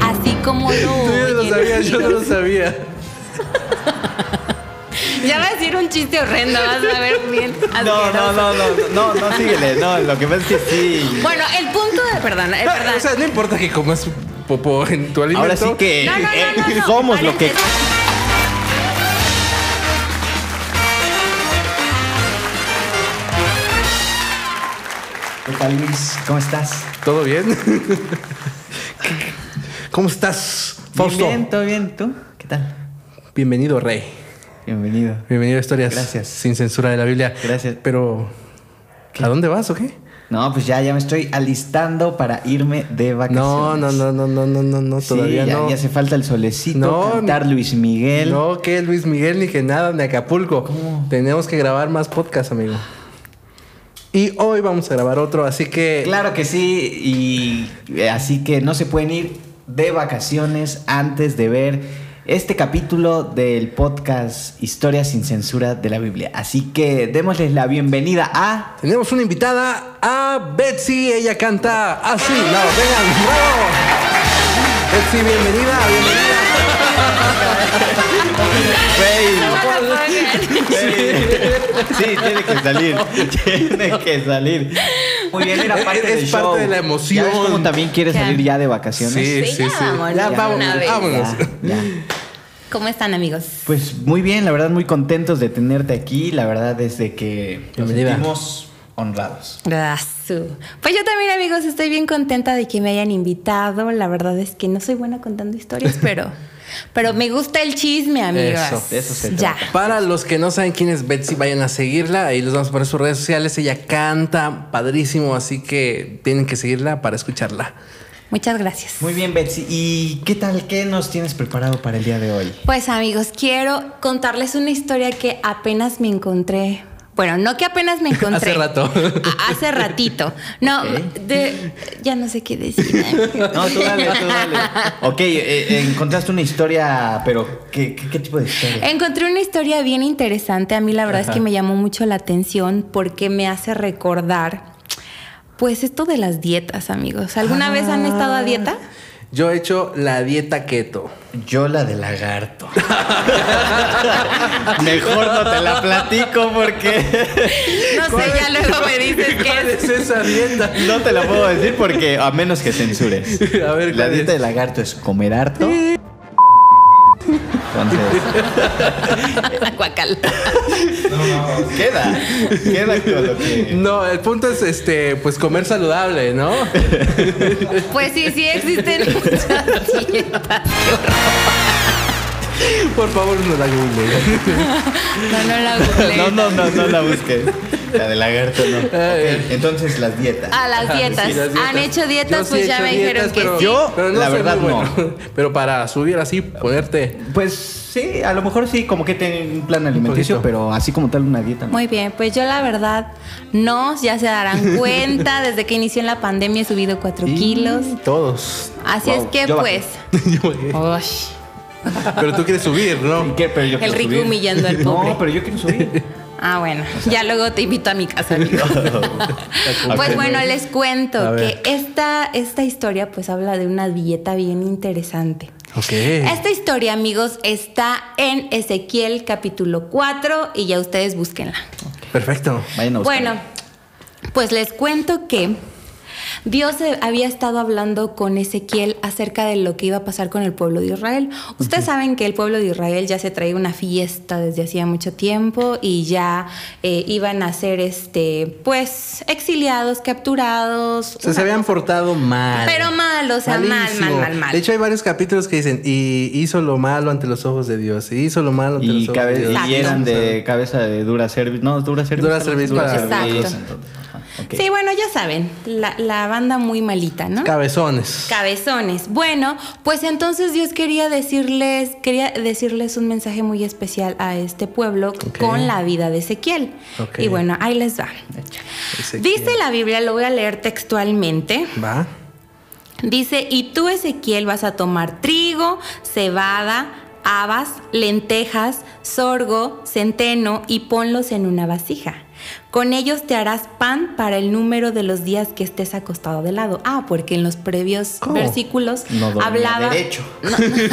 Así como lo. Tú ya lo oyen. sabías, yo no lo sabía. Ya va a decir un chiste horrendo, vas a ver bien. No, no, asqueroso. no, no, no, no, síguele. No, lo que pasa es que sí. Bueno, el punto de. Perdón, eh, perdón. O sea, no importa que comas popó en tu alimento. Ahora sí que No, no, no, no, eh, no. somos lo que. Paréntesis. ¿Qué tal, Luis? ¿Cómo estás? ¿Todo bien? ¿Cómo estás, Fausto? Bien, bien, todo bien. ¿Tú? ¿Qué tal? Bienvenido, Rey. Bienvenido. Bienvenido a Historias Gracias. sin censura de la Biblia. Gracias. Pero, ¿a dónde vas o qué? No, pues ya, ya me estoy alistando para irme de vacaciones. No, no, no, no, no, no, no, no, Sí, todavía ya, no. ya hace falta el solecito, No, cantar Luis Miguel. No, que Luis Miguel ni que nada de Acapulco. Tenemos que grabar más podcast, amigo. Y hoy vamos a grabar otro, así que Claro que sí, y eh, así que no se pueden ir de vacaciones antes de ver este capítulo del podcast Historias sin Censura de la Biblia. Así que démosles la bienvenida a... tenemos una invitada a Betsy. Ella canta así. no, vengan, bravo. Betsy, bienvenida, bienvenida. Sí, tiene que salir, tiene que salir. Muy bien, era parte Es del parte show. de la emoción. ¿Ya ves cómo también quiere Ya. salir ya de vacaciones? Sí, sí, ya, sí. vámonos, Ya, ya, vámonos, una vez. vámonos. Ya, ya. ¿Cómo están, amigos? Pues muy bien, la verdad muy contentos de tenerte aquí, la verdad desde que nos Bienvenida. sentimos honrados. Ah, su. Pues yo también, amigos, estoy bien contenta de que me hayan invitado. La verdad es que no soy buena contando historias, pero, pero me gusta el chisme, amigos. Eso, de eso se Ya. trata. Para los que no saben quién es Betsy, vayan a seguirla. Ahí les vamos a poner sus redes sociales. Ella canta padrísimo, así que tienen que seguirla para escucharla. Muchas gracias. Muy bien, Betsy. ¿Y qué tal? ¿Qué nos tienes preparado para el día de hoy? Pues amigos, quiero contarles una historia que apenas me encontré. Bueno, no que apenas me encontré. Hace rato. A- hace ratito. No, Ok. de- ya no sé qué decir. No, tú dale, tú dale. Ok, eh, eh, encontraste una historia, pero ¿qué, qué, qué tipo de historia? Encontré una historia bien interesante. A mí la verdad es que me llamó mucho la atención porque me hace recordar, pues esto de las dietas, amigos. ¿Alguna vez han estado Ah. a dieta? Yo he hecho la dieta keto. Yo la de lagarto. Mejor no te la platico porque No sé, ya luego me dices ¿Cuál que es. es esa dieta? no te la puedo decir porque a menos que censures. A ver, La ¿cuál dieta es? de lagarto es comer harto. Entonces... Guacal. Queda, queda con lo que. No, el punto es este, pues comer saludable, ¿no? Pues sí, sí existen muchas dietas. Qué horror. Por favor, no la googleen. No, no la googleé. No, no, no, no la busques. La de lagarto no. Ok, entonces las dietas. A las dietas. Ah, Sí, las ¿Han hecho Yo dietas? sí pues he ya hecho me dijeron dietas, que pero- sí. Yo, pero no la soy verdad, muy no. bueno. Pero para subir así, ponerte. Pues sí, a lo mejor sí, como que tienen un plan alimenticio, poquito. pero así como tal una dieta. ¿no? Muy bien, pues yo la verdad no, ya se darán cuenta, desde que inició la pandemia he subido 4 Y kilos. Todos. Así Wow, es que yo bajé. pues... Yo bajé. Ush, Pero tú quieres subir, ¿no? ¿Qué? Pero yo el quiero rico subir. humillando al pobre. No, pero yo quiero subir. Ah, bueno, ya luego te invito a mi casa, amigo. Pues bueno, les A cuento que ver. esta, esta historia pues habla de una dieta bien interesante. Ok. Esta historia, amigos, está en Ezequiel capítulo 4 y ya ustedes búsquenla. Perfecto. Vayan a buscar. Bueno, pues les cuento que Dios eh, había estado hablando con Ezequiel acerca de lo que iba a pasar con el pueblo de Israel. Ustedes saben que el pueblo de Israel ya se traía una fiesta desde hacía mucho tiempo y ya eh, iban a ser, este, pues, exiliados, capturados. O sea, se habían portado mal. Pero mal, o sea, mal, mal, mal, mal. De hecho, hay varios capítulos que dicen, y hizo lo malo ante los ojos de Dios, y hizo lo malo ante Y, los ojos cabe- de Dios. y Exacto. eran de cabeza de dura cerviz. No, dura cerviz. Dura cerviz para- Exacto. Sí, bueno, ya saben, la, la banda muy malita, ¿no? Cabezones. Cabezones. Bueno, pues entonces Dios quería decirles, quería decirles un mensaje muy especial a este pueblo con la vida de Ezequiel. Ok. Y bueno, ahí les va. Ezequiel. Dice la Biblia, lo voy a leer textualmente. Va. Dice, y tú Ezequiel vas a tomar trigo, cebada, habas, lentejas, sorgo, centeno y ponlos en una vasija. Con ellos te harás pan para el número de los días que estés acostado de lado. Ah, porque en los previos ¿Cómo? versículos No dormía hablaba. derecho.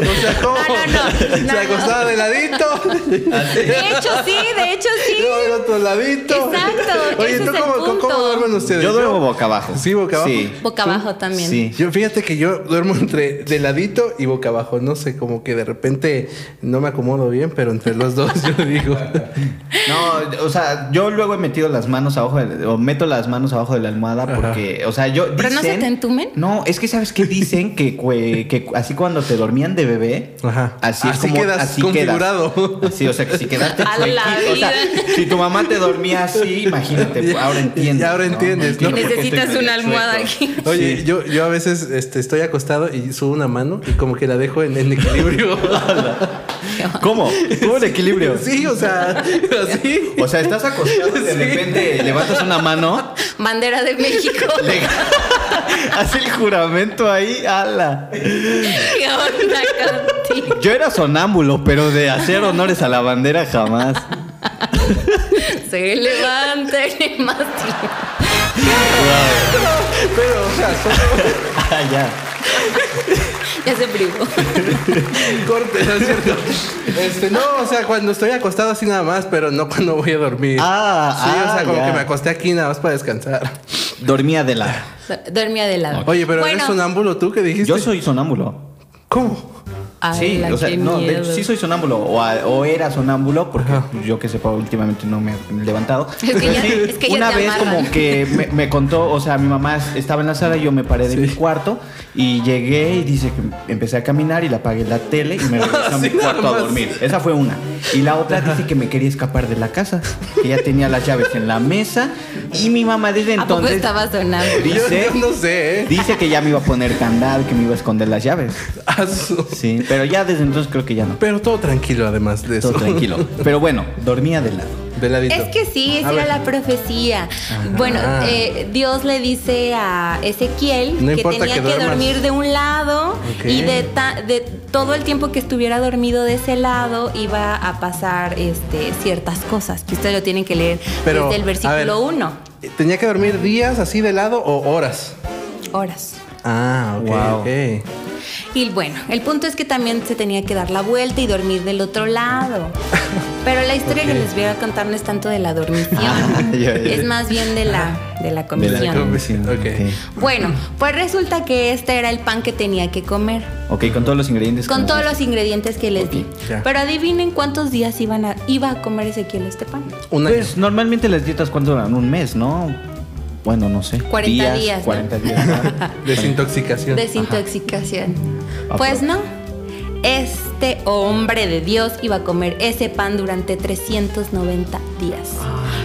O sea, ¿cómo? No, no, no, no, Se acostaba de ladito. De hecho, sí, de hecho, sí. Yo del otro ladito. Exacto, Oye, ese ¿tú es el cómo, punto. cómo duermen ustedes? Yo duermo boca abajo. Sí, boca abajo. Boca abajo también. Sí. Yo fíjate que yo duermo entre de ladito y boca abajo. No sé, como que de repente no me acomodo bien, pero entre los dos yo digo. No, o sea, yo luego he metido las manos abajo de- o meto las manos abajo de la almohada Ajá. porque, o sea, yo ¿Pero no se dicen- te entumen? No, es que sabes que dicen que, cue- que cu- así cuando te dormían de bebé, Ajá. así, es Así como- quedas así configurado. quedas. Así, o sea, que si quedaste A la chuequito, o sea, vida. si tu mamá te dormía así, imagínate, Ya- ahora entiendes. ya ahora ¿no? entiendes, No ¿no? entiendo por qué Necesitas estoy una medio almohada chueco. aquí. Oye, yo, yo a veces este, estoy acostado y subo una mano y como que la dejo en, en equilibrio. ¿Cómo? ¿Cómo el equilibrio? sí, o sea, así. O sea, estás acostado y de Sí. repente levantas una mano, Bandera de México. le- hace el juramento ahí, ala. ¿Qué onda contigo? Yo era sonámbulo, pero de hacer honores a la bandera jamás. Se levante más tiempo. Pero, o sea, son Ah, ya. Ya se privó. cortes, ¿no es cierto? Este, no, o sea, cuando estoy acostado así nada más, pero no cuando voy a dormir. Ah, sí, o ah, sea, como ya. que me acosté aquí nada más para descansar. Dormía de la. Dormía de lado. Oye, pero bueno, eres sonámbulo tú que dijiste. Ah, Yo soy sonámbulo. ¿Cómo? ala, sí, o sea, qué no, de miedo. hecho, sí soy sonámbulo. O, a- o era sonámbulo, porque Ajá. yo que sepa, últimamente no me he levantado. Es que Pero ya- sí, es que ya una te vez amarran. como que me, me contó, o sea, mi mamá estaba en la sala, yo me paré de mi cuarto y llegué y dice que empecé a caminar y la apagué la tele y me regresé a mi Así nada cuarto a más. dormir. Esa fue una. Y la otra dice que me quería escapar de la casa, que ya tenía las llaves en la mesa y mi mamá desde ¿A poco entonces estaba sonando? Yo, dice, yo no sé, ¿eh? dice que ya me iba a poner candado, que me iba a esconder las llaves. Ah, su- Sí, pero ya desde entonces creo que ya no. Pero todo tranquilo, además de eso. Todo tranquilo. Pero bueno, dormía de lado. De ladito. Es que sí, esa A era ver. la profecía. Bueno, eh, Dios le dice a Ezequiel No que importa tenía que que, duermas. dormir de un lado Ok. y de, ta- de todo el tiempo que estuviera dormido de ese lado iba a pasar este, ciertas cosas, que ustedes lo tienen que leer Pero, desde el a ver. versículo 1. Eh, ¿Tenía que dormir días así de lado o horas? Horas. Ah, ok. Wow. ok. Y bueno, el punto es que también se tenía que dar la vuelta y dormir del otro lado. Pero la historia que les voy a contar no es tanto de la dormición, Ah, ya, ya. es más bien de la, de la De comisión. la comisión, comisión, ok. Bueno, pues resulta que este era el pan que tenía que comer. Ok, con todos los ingredientes. Con que todos nos- los ingredientes que les di. ya. Pero adivinen cuántos días iban a, iba a comer Ezequiel este pan. Un año. Pues normalmente las dietas cuánto duran, un mes, ¿no? Bueno, no sé. 40 días, ¿no? 40 días. ¿no? Desintoxicación. Desintoxicación. Ah, Pues pero- no. Este hombre de Dios iba a comer ese pan durante 390 días.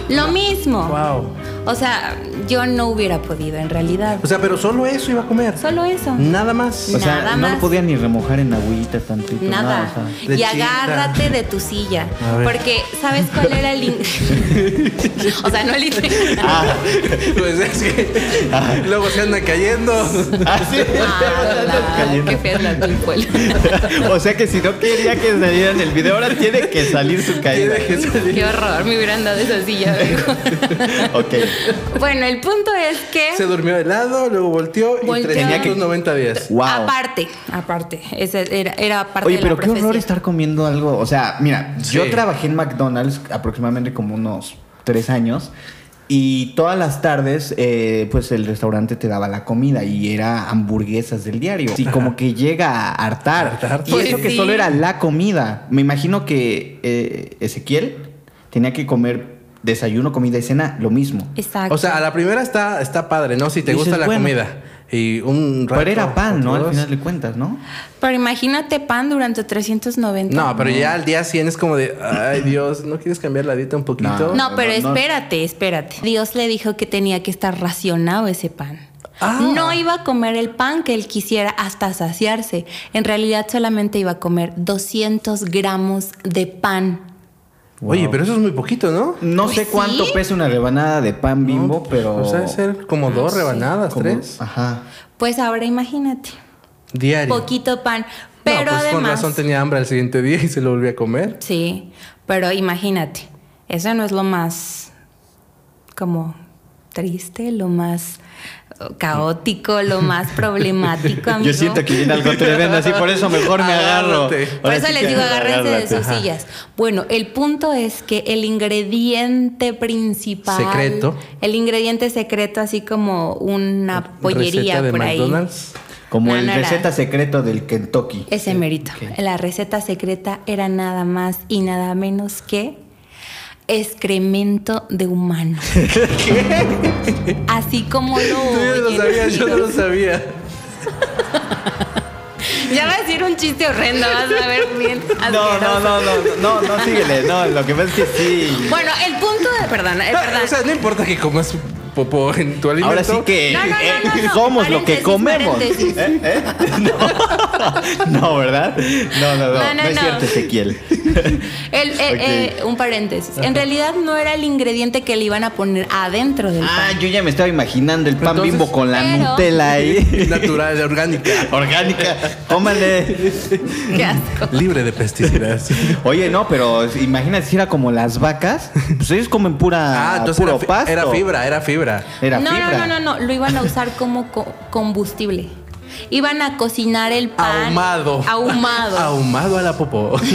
Lo mismo. Wow. O sea, yo no hubiera podido en realidad. O sea, pero solo eso iba a comer. Solo eso. Nada más. o sea, Nada no lo más. podía ni remojar en agüita tantito. Nada. o sea. y Lechita. agárrate de tu silla. A ver. Porque, ¿sabes cuál era el... in- o sea, no el... in- Ah. Pues es que luego se anda cayendo. Ah, sí. Ala, Cayendo. qué fea es la pimpuela. o sea que si no quería que saliera en el video, ahora tiene que salir su caída. Tiene que salir. Qué horror, me hubieran dado esa silla. amigo. Ok. bueno, el punto es que... Se durmió de lado, luego volteó, y Volteó. 390 días. Wow. Aparte, aparte. Esa era, era parte Oye, de la pero qué horror profecía. estar comiendo algo. O sea, mira, yo Sí. trabajé en McDonald's aproximadamente como unos tres años. Y todas las tardes, eh, pues el restaurante te daba la comida y era hamburguesas del diario. Y como que llega a hartar. Hartarte. Y Pues eso que sí. solo era la comida. Me imagino que eh, Ezequiel tenía que comer desayuno, comida y cena, lo mismo. Exacto. O sea, a la primera está, está padre, ¿no? Si te Dices, gusta la bueno. comida. Y un rato, Pero era pan, ¿no? Al dos. final de cuentas, ¿no? pero imagínate pan durante 390. No, pero ya al día 100 es como de, ay Dios, ¿no quieres cambiar la dieta un poquito? No, pero No, no. espérate, espérate. Dios le dijo que tenía que estar racionado ese pan. Ah. No iba a comer el pan que él quisiera hasta saciarse. En realidad solamente iba a comer 200 gramos de pan. Oye, pero eso es muy poquito, ¿no? No Pues sé cuánto sí. pesa una rebanada de pan bimbo, pero. Ah, O sea, pues, debe ser como dos rebanadas, como- tres. Ajá. Pues ahora imagínate, Diario. poquito pan. No, Pero pues con además, razón tenía hambre al siguiente día y se lo volví a comer. sí, pero imagínate, Eso no es lo más como triste, lo más eh, caótico, lo más problemático. Amigo. Yo siento que viene algo tremendo, así por eso mejor me agarro. Agárrate. Ahora Por eso sí les que digo, agárrense de sus agárrate. sillas. Bueno, el punto es que el ingrediente principal. Secreto. El ingrediente secreto, así como una pollería Receta de por ahí. McDonald's. Como No, el no era. receta secreto del Kentucky. Ese mérito. La receta secreta era nada más y nada menos que excremento de humano. Así como lo. Tú ya lo oyen, sabías, yo no amigos. lo sabía. Ya va a decir un chiste horrendo, vas a ver bien. No, no, asqueroso. no, no, no, no, síguele. No, lo que pasa es que sí. Bueno, el punto de. Perdón, eh, perdón. O sea, no importa que comas popó en tu alimento. Ahora sí que No, no, no, eh, no, no. somos lo que Paréntesis, comemos. paréntesis. ¿Eh? ¿Eh? No. no, ¿verdad? No, no, no. No, No, no, es no. cierto, Ezequiel. El- eh, eh, un paréntesis. En realidad no era el ingrediente que le iban a poner adentro del Ah, pan. yo ya me estaba imaginando el pan Entonces, bimbo con la pero- Nutella ahí. Natural, orgánica, Orgánica. Cómale. Qué asco. libre de pesticidas. Oye, no, pero imagínate si era como las vacas. Pues ellos comen pura, Ah, entonces puro era, fi- pasto. era fibra, era fibra. Era no, fibra. no, no, no, no. Lo iban a usar como co- combustible. Iban a cocinar el pan. Ahumado. Ahumado. Ahumado a la popó.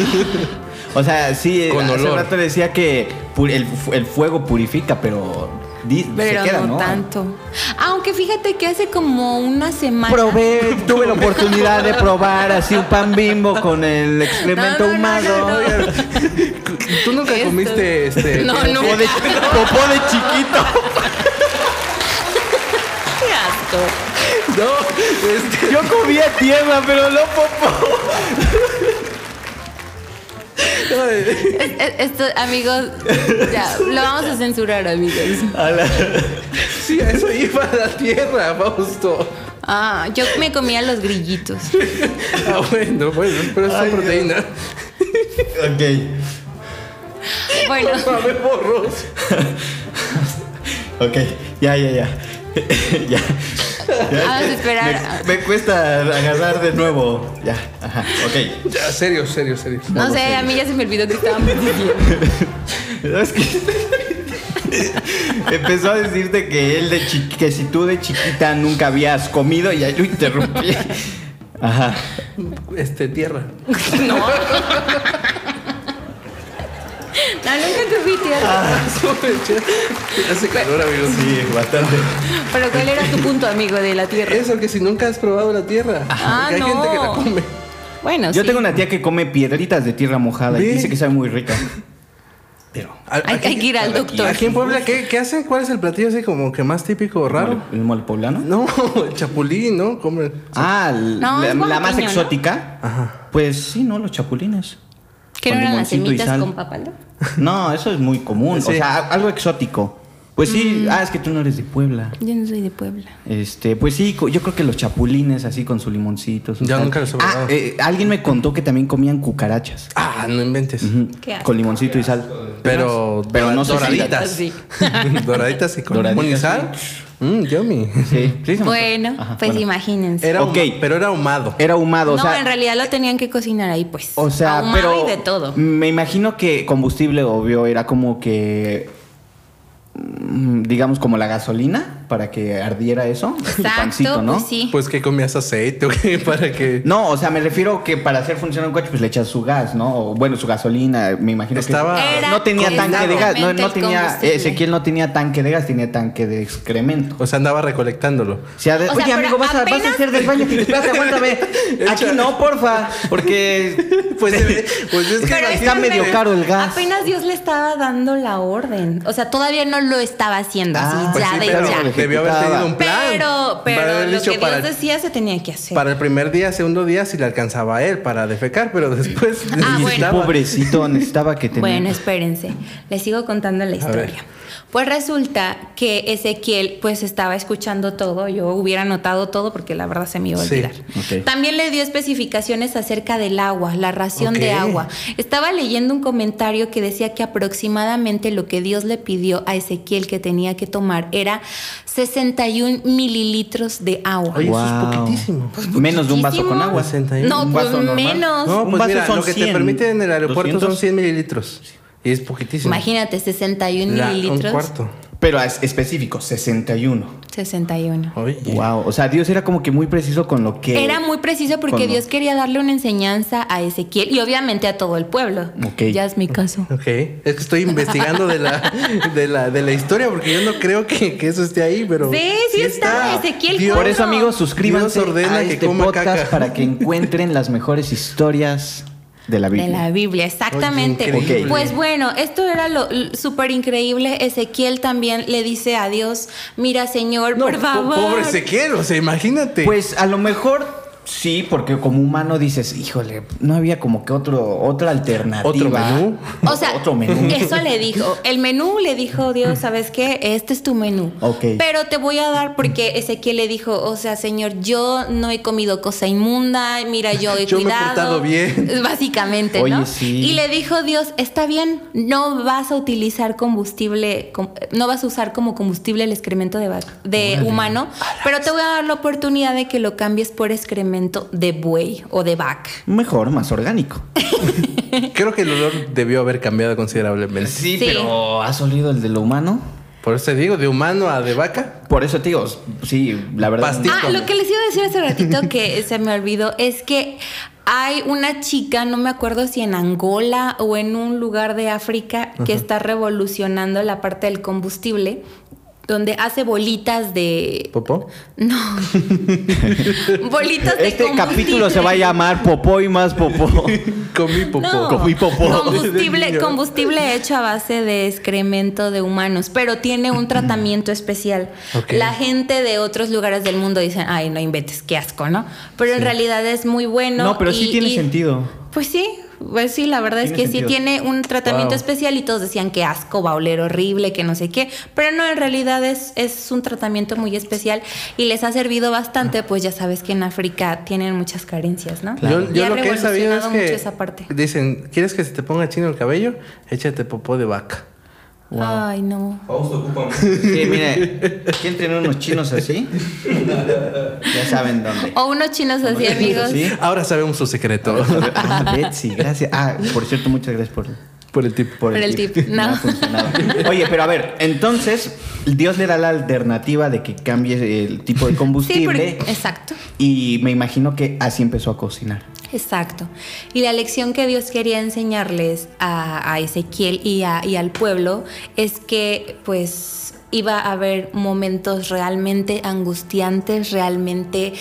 O sea, sí, Con hace olor. rato decía que pu- el, fu- el fuego purifica, pero di- Pero se queda, no, ¿no? tanto. Aunque fíjate que hace como una semana. Probé, tuve la oportunidad de probar así un pan bimbo con el No, no, excremento no, humado. no, no. Tú nunca Esto- comiste este. No, popó? no. Popó de, popó de chiquito. Qué asco. No, este, Yo comía tierra, pero no popó. no, Es- es- Esto, amigos, ya, lo vamos a censurar, amigos. Sí, a eso iba a la tierra, Fausto. Ah, yo me comía los grillitos. Ah, bueno, bueno, pero es Ay, Dios. proteína. Ok, Bueno, Sabe borroso. ok, ya, ya, ya. ya. vamos a esperar. a- Me, me cuesta agarrar de nuevo. Ya, ajá, ok. Ya, serio, serio, serio. No sé, a mí ya se me olvidó que estábamos diciendo. Es que empezó a decirte que él de chi- que si tú de chiquita nunca habías comido y ahí lo interrumpí. Ajá. Este, tierra. No. No, nunca comí tierra. Hace calor, amigos. Sí, bastante. Pero ¿cuál era tu punto, amigo, de la tierra? Eso que si nunca has probado la tierra. Ah, porque hay no. gente que la come. Bueno, Yo sí. tengo una tía que come piedritas de tierra mojada y Ve. dice que sabe muy rica. Pero A- Hay, aquí- hay que ir al doctor. Aquí en Puebla, ¿qué, qué hacen? ¿Cuál es el platillo así como que más típico o raro? ¿el mole poblano? No, el chapulín, ¿no? Come. Ah, l- No, la, es la más oaxaqueño, ¿no? exótica. Ajá. Pues sí, no, los chapulines. ¿Qué no Con eran las limoncito y semitas sal. con papalo? No, eso es muy común. O Sí. sea, algo exótico. Pues Mm. sí, ah, es que tú no eres de Puebla. Yo no soy de Puebla. Este, pues sí, co- yo creo que los chapulines así con su limoncito. su Yo sal. nunca los he ah, probado. eh, Alguien me contó que también comían cucarachas. Ah, no inventes. Ujú, Qué asco. Con limoncito y sal. Pero, Pero no sé si- doraditas. Sí. doraditas y con Doraditas, limón y sal. Mm, yummy. Sí, sí, se me Bueno, antoja. Ajá, pues bueno. imagínense. Era Ok. huma- pero era ahumado. Era ahumado, o no, sea. en realidad lo tenían que cocinar ahí, pues. O sea, Ahumado pero. y de todo. Me imagino que combustible, obvio, era como que. mm, Digamos como la gasolina para que ardiera eso. el Exacto, pancito, ¿no? pues sí. Pues que comías aceite o qué para que No, o sea, me refiero que para hacer funcionar un coche, pues le echas su gas, ¿no? O, bueno, su gasolina, me imagino Estaba- que... Era no tenía tanque de gas, no, no completamente el tenía... combustible. Ezequiel no tenía tanque de gas, tenía tanque de excremento. o sea, andaba recolectándolo. O sea, de- O sea, Oye, pero amigo, vas, a, vas a apenas- hacer del baño. Espérate, aguántame. Aquí no, porfa, porque... Pues, eh, pues es que Pero imagínate. está medio apenas- caro el gas. Apenas Dios le estaba dando la orden. O sea, todavía no lo estaba haciendo así, Ah, Pues ya sí, de pero ya. debió haber tenido un plan. Pero, Va a pero haber lo dicho que para, Dios decía se tenía que hacer. para el primer día, segundo día, si le alcanzaba a él para defecar, pero después Ah, necesitaba- bueno. Pobrecito, necesitaba que tenía... Bueno, espérense. Les sigo contando la ver. historia. Pues resulta que Ezequiel pues estaba escuchando todo, yo hubiera anotado todo porque la verdad se me iba a Sí, olvidar. ok. También le dio especificaciones acerca del agua, la ración de Ok. agua. Estaba leyendo un comentario que decía que aproximadamente lo que Dios le pidió a Ezequiel que tenía que tomar era 61 mililitros de agua. Oye, eso es Wow. poquitísimo. Menos de un vaso con Poquitísimo. agua. 61. No, un vaso pues normal. menos. No, Un pues vaso mira, son lo que te 100, permite en el aeropuerto son 200. 100 mililitros. Y es poquitísimo. Imagínate, 61 La- mililitros. Un cuarto. Pero es- específico, 61. 61. Oye. Wow, o sea, Dios era como que muy preciso con lo que... Era muy preciso porque Cuando- Dios quería darle una enseñanza a Ezequiel y obviamente a todo el pueblo. Ok. Ya es mi caso. Ok, es que estoy investigando de la, de la, de la historia porque yo no creo que, que eso esté ahí, pero. Sí, sí está, Ezequiel Dios- cuatro. Por eso, amigos, Dios suscríbanse ordena a que este coma podcast caca. para que encuentren las mejores historias de la Biblia. De la Biblia, exactamente. Oye, increíble. Pues bueno, esto era lo l- súper increíble. Ezequiel también le dice a Dios, mira Señor, No, por po- favor. Pobre Ezequiel, o sea, imagínate. Pues a lo mejor sí, porque como humano dices, híjole, no había como que otro, otra alternativa. Otro menú. O sea, otro menú. eso le dijo. El menú le dijo Dios, ¿sabes qué? Este es tu menú. Ok. Pero te voy a dar porque Ezequiel le dijo, o sea, señor, yo no he comido cosa inmunda, mira, yo he Yo me he cuidado. portado bien. Básicamente, ¿no? Oye, sí. Y le dijo Dios, está bien, no vas a utilizar combustible, com- no vas a usar como combustible el excremento de, va- de humano, pero te voy a dar la oportunidad de que lo cambies por excremento de buey o de vaca. Mejor, más orgánico. Creo que el olor debió haber cambiado considerablemente. Sí, Sí. pero ¿has olido el de lo humano? Por eso te digo, de humano a de vaca. Por eso, tíos, sí, la verdad. Pastito. Ah, lo que les iba a decir hace ratito que se me olvidó es que hay una chica, no me acuerdo si en Angola o en un lugar de África, que está revolucionando la parte del combustible, donde hace bolitas de... ¿Popó? No. bolitas de Este combustible. capítulo se va a llamar Popó y más Popó. Comí popó. No, Comí popó. Desde Combustible, niño. combustible hecho a base de excremento de humanos, pero tiene un tratamiento especial. Ok. La gente de otros lugares del mundo dicen, ay, no inventes, qué asco, ¿no? Pero en realidad es muy bueno. No, pero sí y- tiene y- sentido. Pues sí. Pues sí, la verdad es que Tiene sentido. sí tiene un tratamiento Wow. especial y todos decían que asco, va a oler horrible, que no sé qué, pero no, en realidad es, es un tratamiento muy especial y les ha servido bastante, pues ya sabes que en África tienen muchas carencias, ¿no? Yo, Y yo ha lo que he sabido es revolucionado mucho que esa parte. dicen, ¿quieres que se te ponga chino el cabello? Échate popó de vaca. Ay, no. Fausto ocupa Sí, mire, ¿quién tiene unos chinos así? ya saben dónde. O unos chinos así, Unos chinos amigos. así. Ahora sabemos su secreto Ah, Betsy, gracias. Ah, por cierto, muchas gracias por, por el tipo. Por el tip, no. Me ha funcionado. Oye, pero a ver, entonces Dios le da la alternativa de que cambie el tipo de Sí, combustible. porque- exacto, y me imagino que así empezó a cocinar. exacto. Y la lección que Dios quería enseñarles a, a Ezequiel y, a- y al pueblo es que pues iba a haber momentos realmente angustiantes, realmente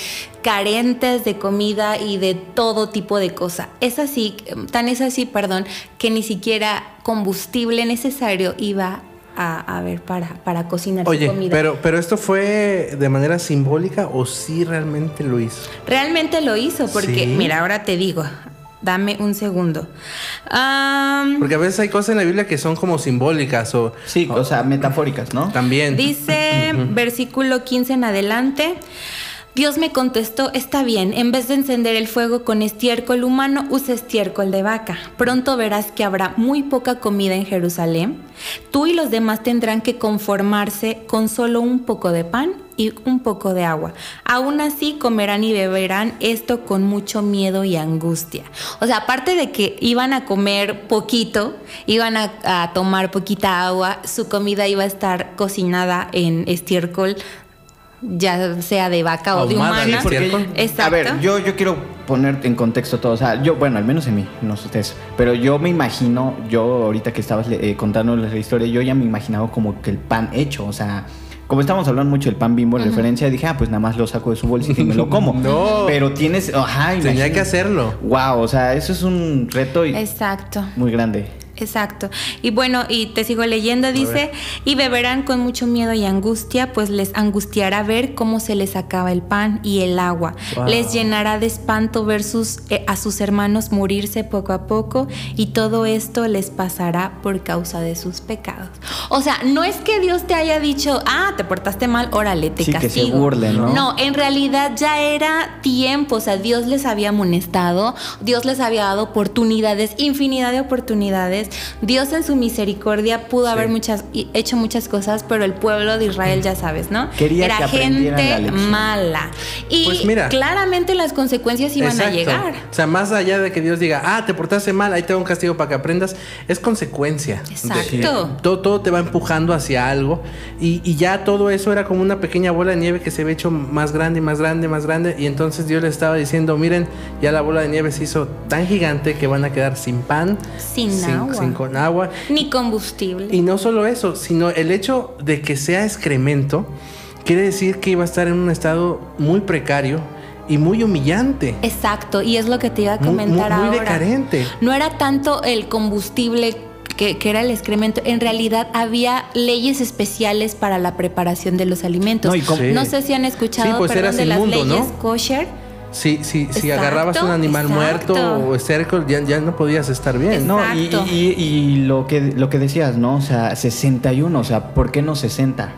carentes de comida y de todo tipo de cosa. Es así, tan es así, perdón, que ni siquiera combustible necesario iba a haber para, para cocinar su Oye, comida. pero, pero esto fue de manera simbólica o sí realmente lo hizo. Realmente lo hizo, porque, Sí. mira, ahora te digo, dame un segundo. Am, Porque a veces hay cosas en la Biblia que son como simbólicas o Sí, o sea, metafóricas, ¿no? también. dice, versículo 15 en adelante. Dios me contestó, está bien, en vez de encender el fuego con estiércol humano, usa estiércol de vaca. Pronto verás que habrá muy poca comida en Jerusalén. Tú y los demás tendrán que conformarse con solo un poco de pan y un poco de agua. Aún así comerán y beberán esto con mucho miedo y angustia. O sea, aparte de que iban a comer poquito, iban a, a tomar poquita agua, su comida iba a estar cocinada en estiércol, ya sea de vaca o de Ahumada, humana. sí, este. porque- Exacto. A ver, yo, yo quiero poner en contexto todo. O sea, yo, bueno, al menos en mí, no sé ustedes. Pero yo me imagino, yo ahorita que estabas eh, contándoles la historia, yo ya me imaginaba como que el pan hecho. O sea, como estábamos hablando mucho del pan bimbo en referencia, dije, ah, pues nada más lo saco de su bolsita y me lo como. No. Pero tienes, ajá, Tenía imagínate. que hacerlo. Wow, o sea, eso es un reto y Exacto. muy grande. Exacto. Y bueno, y te sigo leyendo, dice, y beberán con mucho miedo y angustia, pues les angustiará ver cómo se les acaba el pan y el agua. Wow. Les llenará de espanto ver sus- eh, a sus hermanos morirse poco a poco y todo esto les pasará por causa de sus pecados. O sea, no es que Dios te haya dicho, ah, te portaste mal, órale, te Sí, que se castigo. burle, ¿no? No, en realidad ya era tiempo, o sea, Dios les había amonestado, Dios les había dado oportunidades, infinidad de oportunidades, Dios en su misericordia pudo Sí. haber muchas, y- hecho muchas cosas, pero el pueblo de Israel, ya sabes, ¿no? Quería Era que aprendieran la gente lección. mala. Y Pues mira. claramente las consecuencias iban a Exacto. llegar. O sea, más allá de que Dios diga, ah, te portaste mal, ahí te va un castigo para que aprendas, es consecuencia. de que Exacto. todo, todo te va empujando hacia algo. Y, y ya todo eso era como una pequeña bola de nieve que se había hecho más grande, y más grande, más grande. Y entonces Dios le estaba diciendo, miren, ya la bola de nieve se hizo tan gigante que van a quedar sin pan, Sin agua. sin con agua. Ni combustible. Y no solo eso, sino el hecho de que sea excremento, quiere decir que iba a estar en un estado muy precario y muy humillante. Exacto, y es lo que te iba a Muy- muy- comentar muy ahora. decadente. No era tanto el combustible que, que era el excremento. En realidad había leyes especiales para la preparación de los alimentos. No, y com- No Sí. sé si han escuchado Sí, pues perdón, eras de las inmundo, ¿no? leyes kosher. Si, si, si Exacto, agarrabas un animal exacto. muerto o cerco, ya, ya no podías estar bien. Exacto. ¿no? No, y, y- y- y lo, que, lo que decías, ¿no? O sea, 61, o sea, ¿por qué no 60?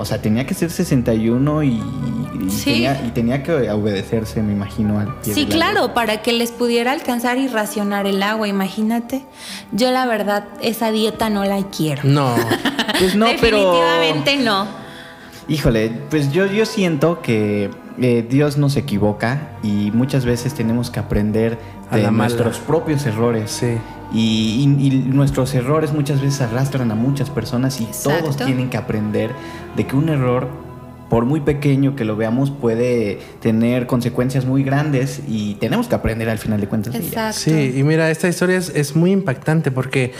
O sea, tenía que ser 61 y, y, Sí. tenía, y tenía que obedecerse, me imagino, al pie Sí, de la letra. claro, para que les pudiera alcanzar y racionar el agua, imagínate. Yo la verdad, esa dieta no la quiero. No. Pues no, pero- Definitivamente no. Híjole, pues yo, yo siento que eh, Dios nos equivoca y muchas veces tenemos que aprender A de la mala. nuestros propios errores. Sí. Y, y- y nuestros errores muchas veces arrastran a muchas personas y todos Exacto. tienen que aprender de que un error, por muy pequeño que lo veamos, puede tener consecuencias muy grandes y tenemos que aprender al final de cuentas. de ella. Exacto. Sí, y Pues mira, esta historia es, es muy impactante porque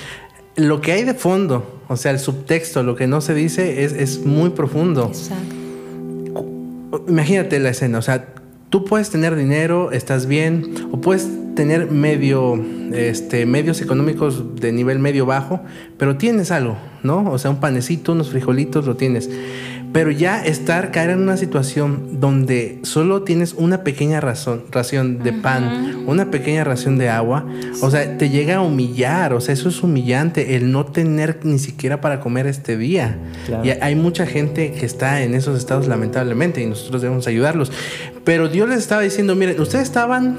lo que hay de fondo, o sea, el subtexto, lo que no se dice, es, es muy profundo. Exacto. Imagínate la escena, o sea, tú puedes tener dinero, estás bien, o puedes tener medio, este, medios económicos de nivel medio bajo, pero tienes algo, ¿no? O sea, un panecito, unos frijolitos, lo tienes. Pero ya estar, caer en una situación donde solo tienes una pequeña razón, ración de pan, una pequeña ración de agua, o sea, te llega a humillar, o sea, eso es humillante, el no tener ni siquiera para comer este día. Claro. Y hay mucha gente que está en esos estados lamentablemente y nosotros debemos ayudarlos. Pero Dios les estaba diciendo, miren, ustedes estaban,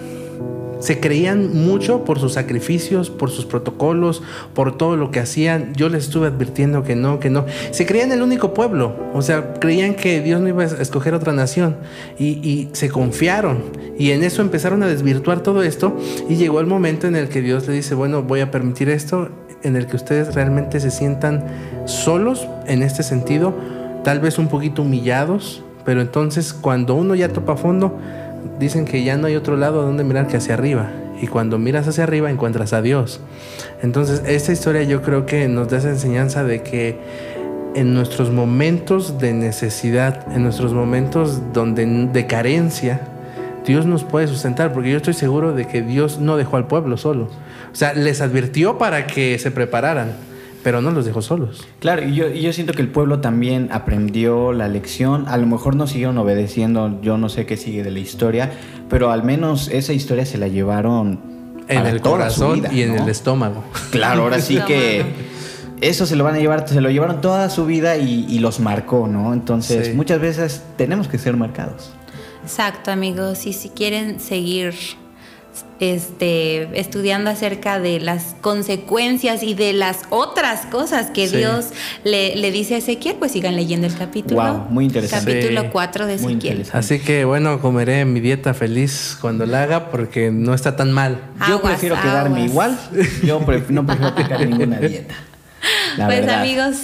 se creían mucho por sus sacrificios, por sus protocolos, por todo lo que hacían. Yo les estuve advirtiendo que no, que no. Se creían el único pueblo, o sea, creían que Dios no iba a escoger otra nación y, y se confiaron. Y en eso empezaron a desvirtuar todo esto y llegó el momento en el que Dios le dice, bueno, voy a permitir esto en el que ustedes realmente se sientan solos en este sentido, tal vez un poquito humillados, pero entonces cuando uno ya topa fondo, dicen que ya no hay otro lado a donde mirar que hacia arriba. Y cuando miras hacia arriba encuentras a Dios. Entonces, esta historia yo creo que nos da esa enseñanza de que en nuestros momentos de necesidad, en nuestros momentos donde de carencia, Dios nos puede sustentar, porque yo estoy seguro de que Dios no dejó al pueblo solo. O sea, les advirtió para que se prepararan, pero no los dejó solos. Claro, y yo, y yo siento que el pueblo también aprendió la lección. A lo mejor no siguieron obedeciendo, yo no sé qué sigue de la historia, pero al menos esa historia se la llevaron En para el toda su corazón vida, y en ¿no? el estómago. Claro, ahora sí La que mano. eso se lo van a llevar, se lo llevaron toda su vida y, y los marcó, ¿no? Entonces, Sí. muchas veces tenemos que ser marcados. Exacto, amigos. Y si quieren seguir este, estudiando acerca de las consecuencias y de las otras cosas que Sí. Dios le, le dice a Ezequiel, pues sigan leyendo el capítulo. Guau, muy interesante. Sí. Capítulo 4 de Muy Ezequiel. interesante. Así que bueno, comeré mi dieta feliz cuando la haga porque no está tan mal. yo Aguas, prefiero quedarme aguas. igual, yo pref- no prefiero aplicar ninguna dieta. La pues verdad. amigos,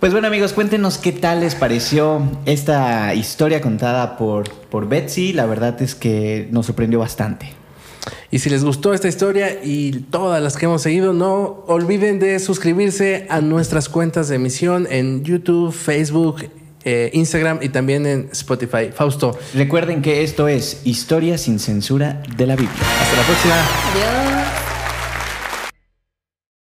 Pues bueno amigos, cuéntenos qué tal les pareció esta historia contada por, por Betsy. La verdad es que nos sorprendió bastante. Y si les gustó esta historia y todas las que hemos seguido, no olviden de suscribirse a nuestras cuentas de emisión en YouTube, Facebook, eh, Instagram y también en Spotify. Fausto, Recuerden que esto es Historia sin Censura de la Biblia. hasta la próxima. adiós.